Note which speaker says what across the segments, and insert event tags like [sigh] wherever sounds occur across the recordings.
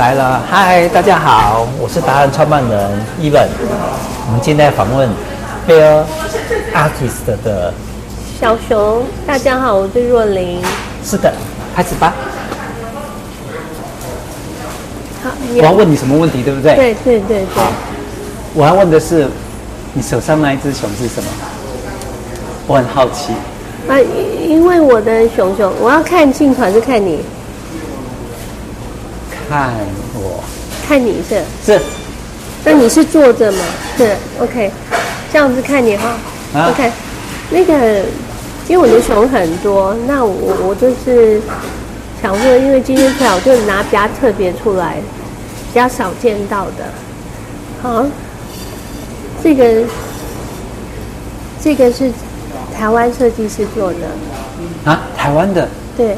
Speaker 1: 来了，嗨，大家好，我是达人创办人 Evan。我们今天访问 Bear Artist 的，
Speaker 2: 小熊，大家好，我是若琳。
Speaker 1: 是的，开始吧。
Speaker 2: 好，
Speaker 3: 我
Speaker 2: 你
Speaker 3: 要问你什么问题，对不对？
Speaker 2: 对对对对，
Speaker 3: 我要问的是，你手上那一只熊是什么？我很好奇。
Speaker 2: 啊，因为我的熊熊，我要看镜头还是看你？
Speaker 3: 看我，
Speaker 2: 看你是？
Speaker 3: 这
Speaker 2: 那你是坐着吗？是，OK，这样子看你哈。
Speaker 3: 啊
Speaker 2: OK，那个，因为我的熊很多，那我我就是想说，因为今天最好就拿比较特别出来，比较少见到的。好，这个这个是台湾设计师做的，
Speaker 3: 啊，台湾的，
Speaker 2: 对，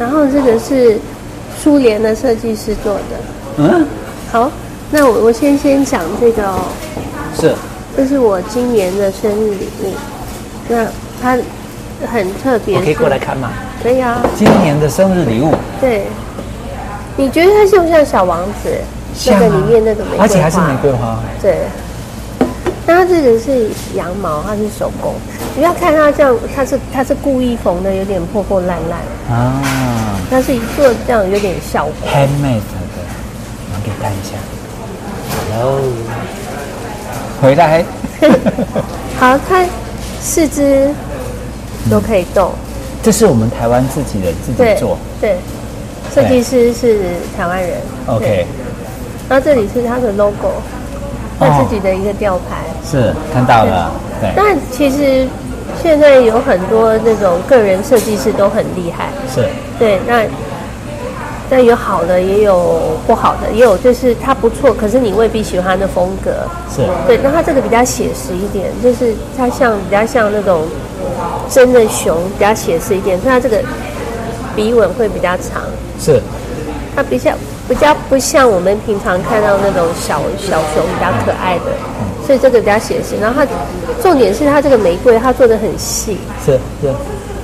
Speaker 2: 然后这个是苏联的设计师做的。
Speaker 3: 嗯，
Speaker 2: 好，那我我先先讲这个哦。
Speaker 3: 是
Speaker 2: 这是我今年的生日礼物，那它很特别。
Speaker 1: 我可以过来。看吗？
Speaker 2: 可以啊，
Speaker 1: 今年的生日礼物，
Speaker 2: 对。你觉得它像不像小王子？那个
Speaker 1: 啊
Speaker 2: 里面那个玫瑰花
Speaker 1: 而且还是玫瑰花，
Speaker 2: 对。那它这个是羊毛，它是手工。不要看它这样，它是它是故意缝的，有点破破烂烂，
Speaker 1: 哎啊
Speaker 2: 它是做这样有点效果。
Speaker 1: ，handmade 的，我们给看一下。Hello，回来，
Speaker 2: 好，它四肢都可以动。
Speaker 1: 这是我们台湾自己人自己
Speaker 2: 对
Speaker 1: 做
Speaker 2: 对，设计师是台湾人。对
Speaker 1: ，OK，
Speaker 2: 然后这里是它的 logo，它自己的一个吊牌。
Speaker 1: 是看到了，对，
Speaker 2: 那其实现在有很多那种个人设计师都很厉害，
Speaker 1: 是
Speaker 2: 对，那那有好的，也有不好的，也有就是它不错，可是你未必喜欢它的风格。
Speaker 1: 是，
Speaker 2: 对，那它这个比较写实一点，就是它像比较像那种真的熊，比较写实一点，所以它这个笔吻会比较长。
Speaker 1: 是
Speaker 2: 它比较比较不像我们平常看到那种小小熊比较可爱的，所以这个比较写实。然后它重点是它这个玫瑰，它做的很细，
Speaker 1: 是是。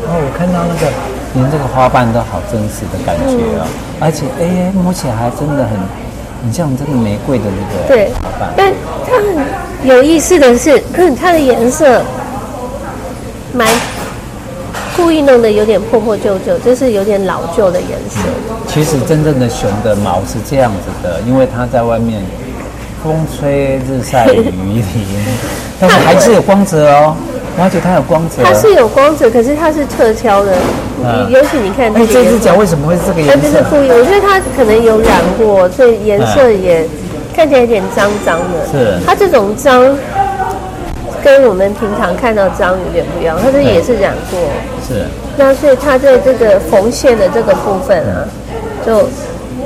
Speaker 1: 哦，我看到那个，连这个花瓣都好真实的感觉哦，
Speaker 2: 嗯
Speaker 1: 而且哎，摸起来还真的很，很像这个玫瑰的那个
Speaker 2: 对
Speaker 1: 花瓣。
Speaker 2: 但它很有意思的是，它的颜色蛮故意弄得有点破破旧旧，就是有点老旧的颜色。
Speaker 1: 其实真正的熊的毛是这样子的，因为它在外面风吹日晒雨淋，但是还是有光泽哦。我还觉得它有光泽。
Speaker 2: 它是有光泽，可是它是侧敲的，
Speaker 1: 啊嗯
Speaker 2: 也许你看它
Speaker 1: 哎，这
Speaker 2: 颜
Speaker 1: 只
Speaker 2: 色
Speaker 1: 脚为什么会是这个
Speaker 2: 那
Speaker 1: 颜
Speaker 2: 就
Speaker 1: 色
Speaker 2: 是？故意，我觉得它可能有染过，所以颜色也看起来有点脏脏的。
Speaker 1: 哎是
Speaker 2: 它这种脏跟我们平常看到脏有点不一样，它这也是染过。
Speaker 1: 是
Speaker 2: 那所以它在这个缝线的这个部分啊，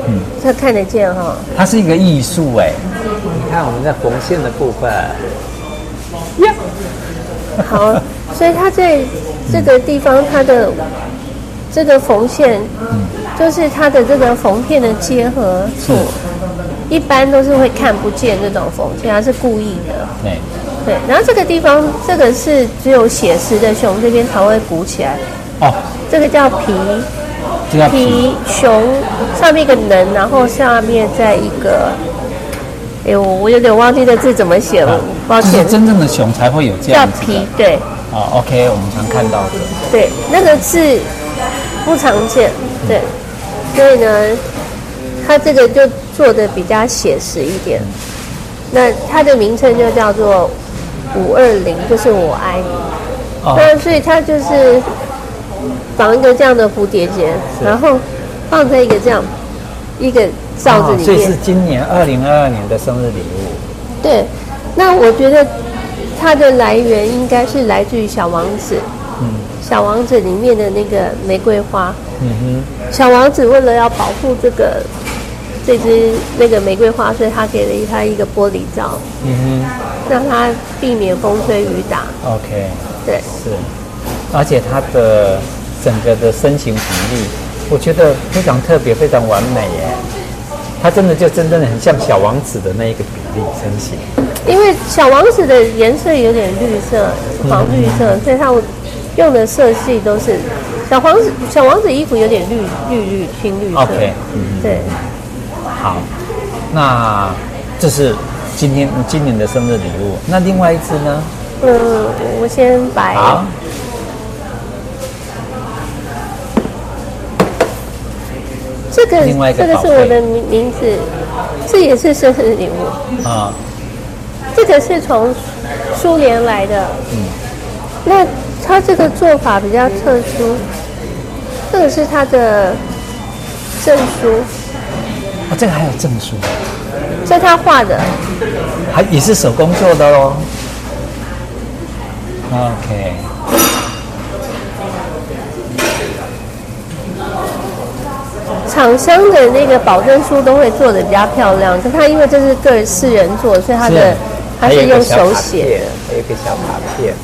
Speaker 1: 嗯
Speaker 2: 就它看得见哈、
Speaker 1: 它是一个艺术哎，
Speaker 3: 你看我们在缝线的部分，
Speaker 2: 好，所以它在这个地方，它的这个缝线，就是它的这个缝片的结合处，一般都是会看不见这种缝线，它是故意的。
Speaker 1: 对，
Speaker 2: 对，然后这个地方，这个是只有写实的熊这边才会鼓起来，
Speaker 1: 哦，
Speaker 2: 这个叫皮
Speaker 1: 这叫啊皮，
Speaker 2: 皮熊，上面一个能，然后下面再一个，哎，我我有点忘记这字怎么写了，抱
Speaker 1: 啊这是
Speaker 2: 歉，
Speaker 1: 真正的熊才会有这
Speaker 2: 叫
Speaker 1: 样子的
Speaker 2: 皮，对。
Speaker 1: 哦，OK，我们常看到的。
Speaker 2: 对，那个字不常见，对，所以呢，它这个就做的比较写实一点。那它的名称就叫做五二零，就是我爱你。
Speaker 1: 哦，
Speaker 2: 那所以它就是绑一个这样的蝴蝶结，然后放在一个这样一个罩子
Speaker 1: 哦
Speaker 2: 里
Speaker 1: 所以
Speaker 2: 面。
Speaker 1: 是今年二零二二年的生日礼物。
Speaker 2: 对，那我觉得它的来源应该是来自于《小王子》。
Speaker 1: 嗯
Speaker 2: 小王子》里面的那个玫瑰花。
Speaker 1: 嗯
Speaker 2: 小王子为了要保护这个这只那个玫瑰花，所以他给了他一个玻璃罩，
Speaker 1: 哼，嗯哼
Speaker 2: 让它避免风吹雨打。
Speaker 1: ，OK，
Speaker 2: 对，
Speaker 1: 是。而且它的整个的身形比例，我觉得非常特别，非常完美耶。它真的就真正的很像小王子的那一个比例身形。
Speaker 2: 因为小王子的颜色有点绿色、黄绿色，
Speaker 1: 嗯
Speaker 2: 所以他用的色系都是
Speaker 1: 嗯
Speaker 2: 小王子。小王子衣服有点绿绿绿、青绿色。
Speaker 1: OK，
Speaker 2: 对，
Speaker 1: 好，那这是今天今年的生日礼物。那另外一只呢？啊
Speaker 2: 嗯，我先摆
Speaker 1: 好，
Speaker 2: 这个，
Speaker 1: 另外一个
Speaker 2: 这个
Speaker 1: 宝
Speaker 2: 是
Speaker 1: 贝
Speaker 2: 我的名名字，这也是生日礼物。
Speaker 1: 啊、
Speaker 2: 这个是从苏联来的，
Speaker 1: 嗯
Speaker 2: 那它这个做法比较特殊，这个是它的证书，
Speaker 1: 哦，这个还有证书，
Speaker 2: 这他画的，
Speaker 1: 还也是手工做的哦。OK，
Speaker 2: 厂商的那个保证书都会做的比较漂亮，可它因为这是个人私人做，所以它的它
Speaker 1: 还有
Speaker 2: 是
Speaker 1: 一个
Speaker 2: 用
Speaker 1: 小
Speaker 2: 手
Speaker 1: 卡
Speaker 2: 写
Speaker 1: 片
Speaker 2: 的。，
Speaker 1: 还有一个小卡片。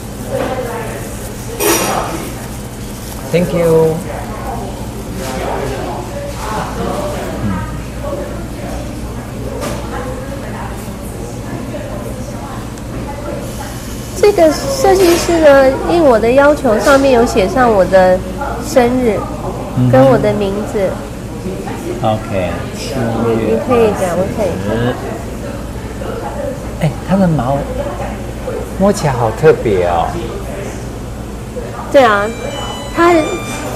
Speaker 1: Thank you。
Speaker 2: 这个设计师呢，应我的要求，上面有写上我的生日
Speaker 1: 嗯
Speaker 2: 跟我的名字，
Speaker 1: OK，七
Speaker 2: 你
Speaker 1: 月
Speaker 2: 可以这样，我可以。
Speaker 1: 十。呃哎，它的毛摸起来好特别哦。
Speaker 2: 对啊，它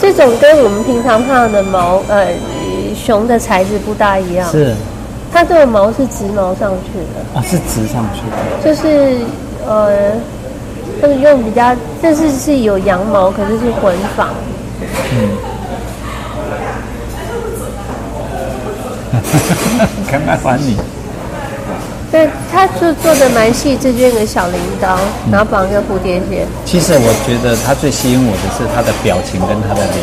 Speaker 2: 这种跟我们平常看到的毛，呃，熊的材质不大一样。
Speaker 1: 是，
Speaker 2: 它这个毛是直毛上去的，
Speaker 1: 哦，是直上去的。
Speaker 2: 就是呃，这个用比较，但是是有羊毛，可是是混纺。
Speaker 1: 干嘛还你？
Speaker 2: 对，它就做的蛮细致，就用个小铃铛，然后绑一个蝴蝶结。
Speaker 1: 其实我觉得它最吸引我的是它的表情跟它的脸。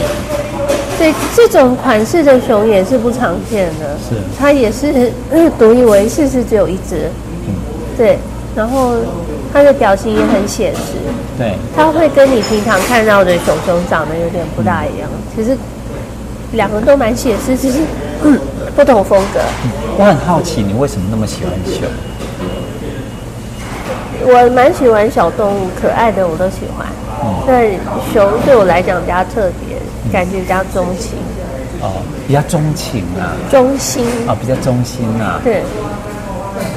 Speaker 2: 对，这种款式的熊也是不常见的，
Speaker 1: 是
Speaker 2: 它也是 [coughs] 呃独一无二，是是只有一只。对，然后它的表情也很写实，
Speaker 1: 对，
Speaker 2: 它会跟你平常看到的熊熊长得有点不大一样。其实两个都蛮写实，只是、嗯不同风格。
Speaker 1: 我很好奇你为什么那么喜欢熊？
Speaker 2: 我蛮喜欢小动物，可爱的我都喜欢。但熊对我来讲比较特别，感觉比较钟情，
Speaker 1: 哦，比较钟情啊，
Speaker 2: 中心。
Speaker 1: 啊、比较忠心啊。
Speaker 2: 对，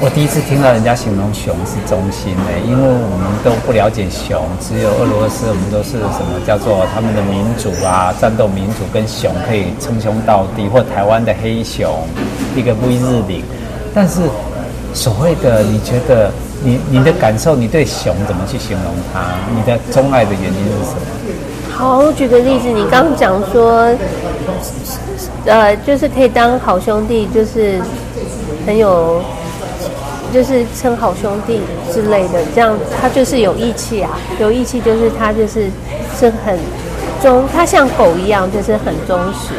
Speaker 1: 我第一次听到人家形容熊是忠心的、因为我们都不了解熊，只有俄罗斯，我们都是什么叫做他们的民主啊，战斗民主跟熊可以称兄道弟，或台湾的黑熊，一个 V 字领。但是所谓的，你觉得你你的感受，你对熊怎么去形容它？你的钟爱的原因是什么？
Speaker 2: 好，我举个例子，你刚刚讲说，呃，就是可以当好兄弟，就是很有，就是称好兄弟之类的，这样他就是有义气啊，有义气就是他就是是很忠，他像狗一样，就是很忠实。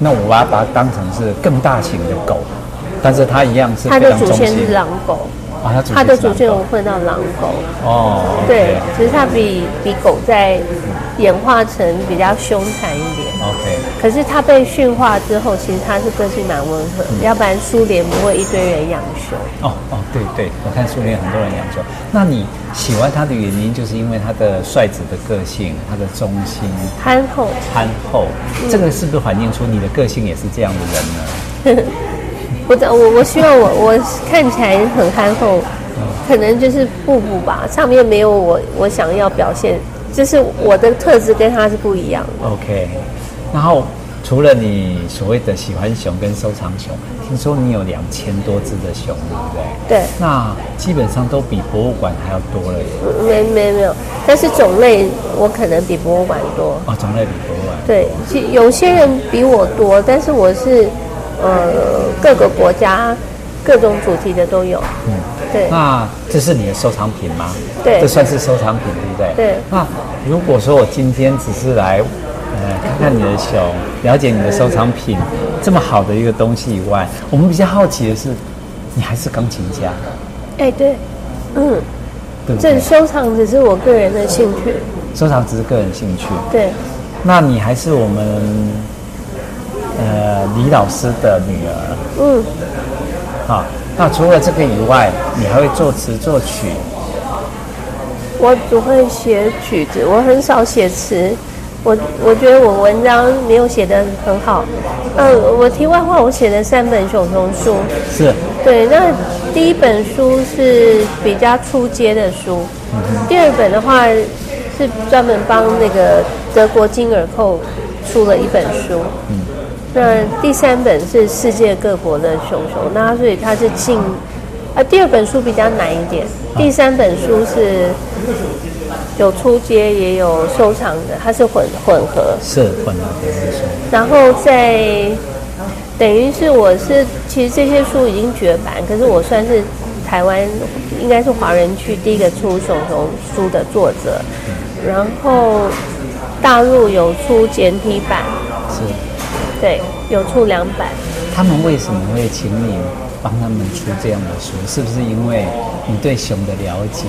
Speaker 1: 那我把它把它当成是更大型的狗，但是它一样是
Speaker 2: 他
Speaker 1: 非
Speaker 2: 的
Speaker 1: 常
Speaker 2: 祖
Speaker 1: 忠
Speaker 2: 先
Speaker 1: 心
Speaker 2: 是。狼狗，
Speaker 1: 啊，它祖
Speaker 2: 他的
Speaker 1: 是
Speaker 2: 祖
Speaker 1: 狼
Speaker 2: 先
Speaker 1: 狗
Speaker 2: 有混到狼狗。
Speaker 1: 哦，OK，
Speaker 2: 对，只是它比比狗在演化成比较凶残一点。
Speaker 1: ，OK。
Speaker 2: 可是它被驯化之后，其实它是个性蛮温和的，要不然苏联不会一堆人养熊。
Speaker 1: 哦哦，对对，我看书里面很多人养说，那你喜欢他的原因，就是因为他的率直的个性，他的忠心、
Speaker 2: 憨厚，
Speaker 1: 憨厚，这个是不是反映出你的个性也是这样的人呢？
Speaker 2: 我我我希望我我看起来很憨厚，可能就是步步吧，上面没有我我想要表现，就是我的特质跟它是不一样的。
Speaker 1: OK，然后除了你所谓的喜欢熊跟收藏熊，听说你有两千多只的熊，对不对？
Speaker 2: 对，
Speaker 1: 那基本上都比博物馆还要多了耶！
Speaker 2: 嗯没没没有，但是种类我可能比博物馆多。
Speaker 1: 哦，种类比博物馆多
Speaker 2: 对，其实有些人比我多，但是我是呃各个国家各种主题的都有。
Speaker 1: 嗯
Speaker 2: 对，
Speaker 1: 那这是你的收藏品吗？
Speaker 2: 对
Speaker 1: 这算是收藏品，对不对？
Speaker 2: 对
Speaker 1: 那如果说我今天只是来，呃，看看你的熊，了解你的收藏品，这么好的一个东西以外，我们比较好奇的是，你还是钢琴家，
Speaker 2: 哎、对，嗯，
Speaker 1: 对不
Speaker 2: 这
Speaker 1: 对？
Speaker 2: 收藏只是我个人的兴趣。
Speaker 1: 收藏只是个人兴趣，
Speaker 2: 对，
Speaker 1: 那你还是我们，呃，李老师的女儿。
Speaker 2: 嗯，
Speaker 1: 啊。那除了这个以外，你还会作词作曲，
Speaker 2: 我只会写曲子，我很少写词，我我觉得我文章没有写的很好。嗯，我题外话，我写了三本熊熊书。
Speaker 3: 是
Speaker 2: 对，那第一本书是比较出街的书，第二本的话是专门帮那个德国金耳扣出了一本书。那第三本是世界各国的熊熊，那所以它是近，啊，第二本书比较难一点，第三本书是有出街也有收藏的，它是混混合。
Speaker 1: 是混合的是说，
Speaker 2: 然后在等于是我是其实这些书已经绝版，可是我算是台湾应该是华人区第一个出熊熊书的作者，然后大陆有出简体版，
Speaker 1: 是
Speaker 2: 对，有出两版。
Speaker 1: 他们为什么会请你帮他们出这样的书？是不是因为你对熊的了解，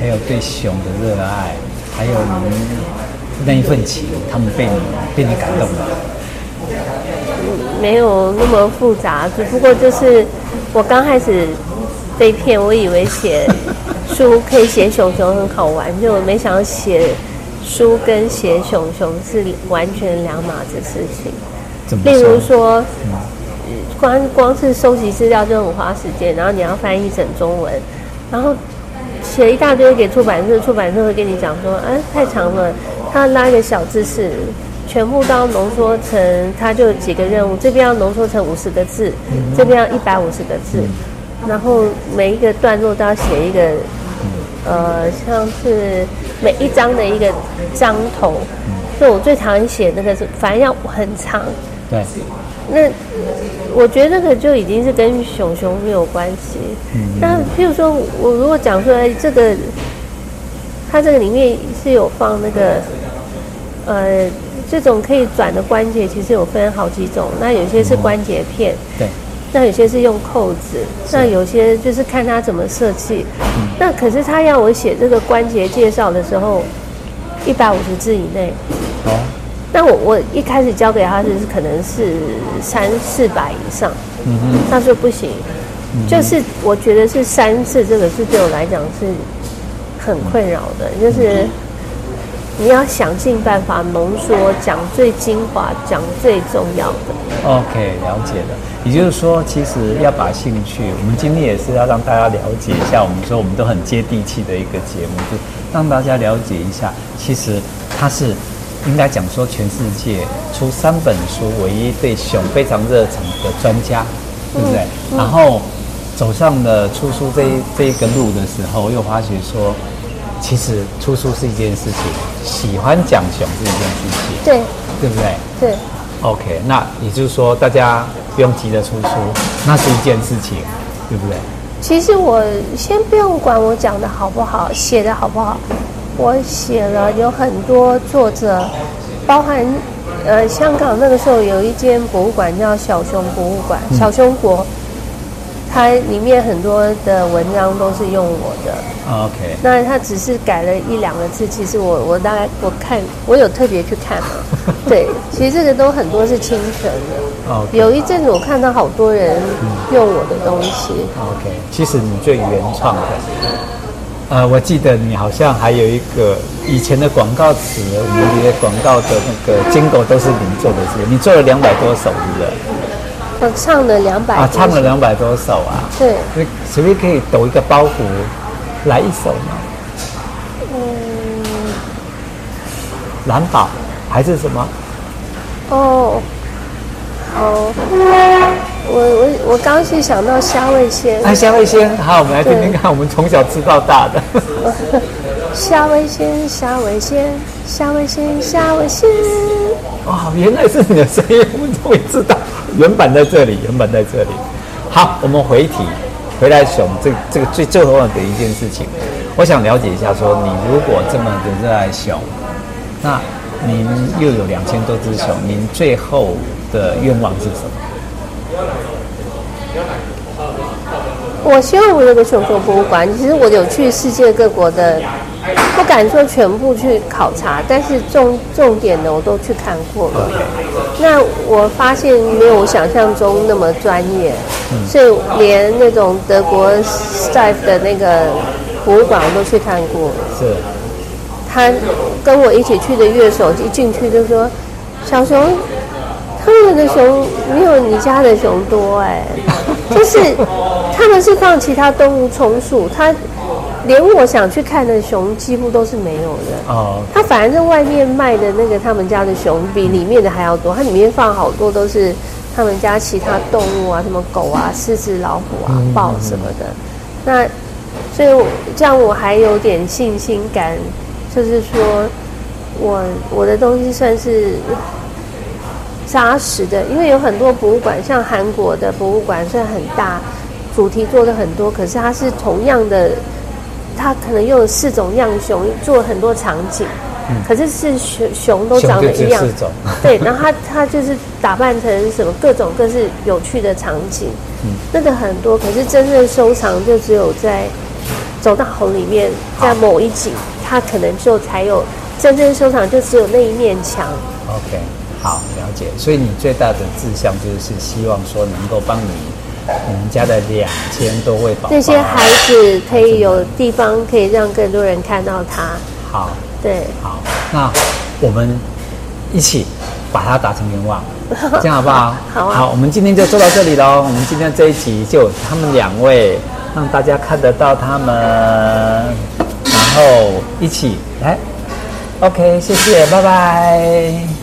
Speaker 1: 还有对熊的热爱，还有你那一份情，他们被你被你感动了？
Speaker 2: 没有那么复杂，只不过就是我刚开始被骗，我以为写书可以写熊熊很好玩，就我没想到写书跟写熊熊是完全两码子事情。
Speaker 1: 怎么
Speaker 2: 例如
Speaker 1: 说？
Speaker 2: 说，光光是收集资料就很花时间，然后你要翻译成中文，然后写一大堆给出版社，出版社会跟你讲说，哎、太长了，他拉一个小知识，全部都要浓缩成，它就有几个任务，这边要浓缩成五十个字，这边要一百五十个字，然后每一个段落都要写一个，呃，像是每一章的一个章头。就我最讨厌写那个是，反正要很长，
Speaker 1: 对，
Speaker 2: 那我觉得那个就已经是跟熊熊没有关系。那譬如说，我如果讲出来这个，它这个里面是有放那个，呃，这种可以转的关节，其实有分好几种。那有些是关节片，
Speaker 1: 对，
Speaker 2: 那有些是用扣子，那有些就是看他怎么设计。那可是他要我写这个关节介绍的时候，一百五十字以内。
Speaker 1: 哦，
Speaker 2: 那我我一开始交给他就是可能是三四百以上，那就不行。就是我觉得是三次，这个是对我来讲是很困扰的，就是你要想尽办法浓缩，讲最精华，讲最重要的。
Speaker 1: OK，了解了。也就是说，其实要把兴趣，我们今天也是要让大家了解一下。我们说我们都很接地气的一个节目，就让大家了解一下，其实它是应该讲说全世界出三本书唯一对熊非常热忱的专家，对不对？然后走上了出书这一这一个路的时候，又发觉说，其实出书是一件事情，喜欢讲熊是一件事情，
Speaker 2: 对
Speaker 1: 对不对？
Speaker 2: 对
Speaker 1: OK，那也就是说，大家不用急着出书，那是一件事情，对不对？
Speaker 2: 其实我先不用管我讲的好不好，写的好不好，我写了有很多作者，包含呃香港那个时候有一间博物馆叫小熊博物馆，
Speaker 1: 嗯
Speaker 2: 小熊国，它里面很多的文章都是用我的，
Speaker 1: OK，
Speaker 2: 那它只是改了一两个字，其实我我大概我看我有特别去
Speaker 1: [laughs]
Speaker 2: 看嘛，对，其实这个都很多是侵权的，
Speaker 1: 哦，OK，
Speaker 2: 有一阵子我看到好多人用我的东西。
Speaker 1: OK，其实你最原创的，呃，我记得你好像还有一个以前的广告词，我们的广告的那个金狗都是你做的，是不是你做了两百多首，是不是？
Speaker 2: 我唱了两百
Speaker 1: 嗯啊，唱了两百多首啊，
Speaker 2: 对，
Speaker 1: 那随便可以抖一个包袱来一首吗？
Speaker 2: 嗯，
Speaker 1: 蓝宝还是什么？
Speaker 2: 哦，哦，我我我刚是想到虾味鲜，
Speaker 1: 哎，夏慧仙，好，我们来听听看，我们从小吃到大的。
Speaker 2: 虾味鲜，虾味鲜，虾味鲜，虾味鲜，
Speaker 1: 哇，原来是你的声音，我终于知道原版在这里，原版在这里。好，我们回题，回来熊这这个最最重要的一件事情，我想了解一下说你如果这么的热爱熊，那您又有两千多只熊，您最后的愿望是什么？
Speaker 2: 我希望我有个熊熊博物馆。其实我有去世界各国的，不敢说全部去考察，但是重重点的我都去看过了。那我发现没有我想象中那么专业，所以连那种德国 s t y f e 的那个博物馆我都去看过。
Speaker 1: 是
Speaker 2: 他跟我一起去的乐手一进去就说：“小熊，他们的熊没有你家的熊多哎、 [laughs] 就是他们是放其他动物充数，他连我想去看的熊几乎都是没有的。
Speaker 1: 哦，
Speaker 2: 它反而在外面卖的那个他们家的熊比里面的还要多，它里面放好多都是他们家其他动物啊，什么狗啊、狮子、老虎啊、豹什么的。那所以我这样我还有点信心感，就是说我我的东西算是扎实的，因为有很多博物馆，像韩国的博物馆虽然很大，主题做的很多，可是它是同样的它可能用了四种样熊做很多场景，可是是熊熊都长得
Speaker 1: 嗯熊就只
Speaker 2: 一样
Speaker 1: 有四种，
Speaker 2: 对，然后它它就是打扮成什么各种各式有趣的场景，那个很多，可是真正收藏就只有在走到红里面，在某一集，它可能就才有真正收藏，就只有那一面墙。
Speaker 1: OK，好，了解。所以你最大的志向就是希望说能够帮你你们家的两千多位宝宝
Speaker 2: 那些孩子可以有地方可以让更多人看到他，
Speaker 1: 好
Speaker 2: 对，
Speaker 1: 好，那我们一起把它达成愿
Speaker 2: [laughs]
Speaker 1: 望，这样好不好？
Speaker 2: 好啊
Speaker 1: 我们今天就做到这里喽。我们今天这一集就有他们两位，让大家看得到他们，然后一起来。OK，谢谢，拜拜。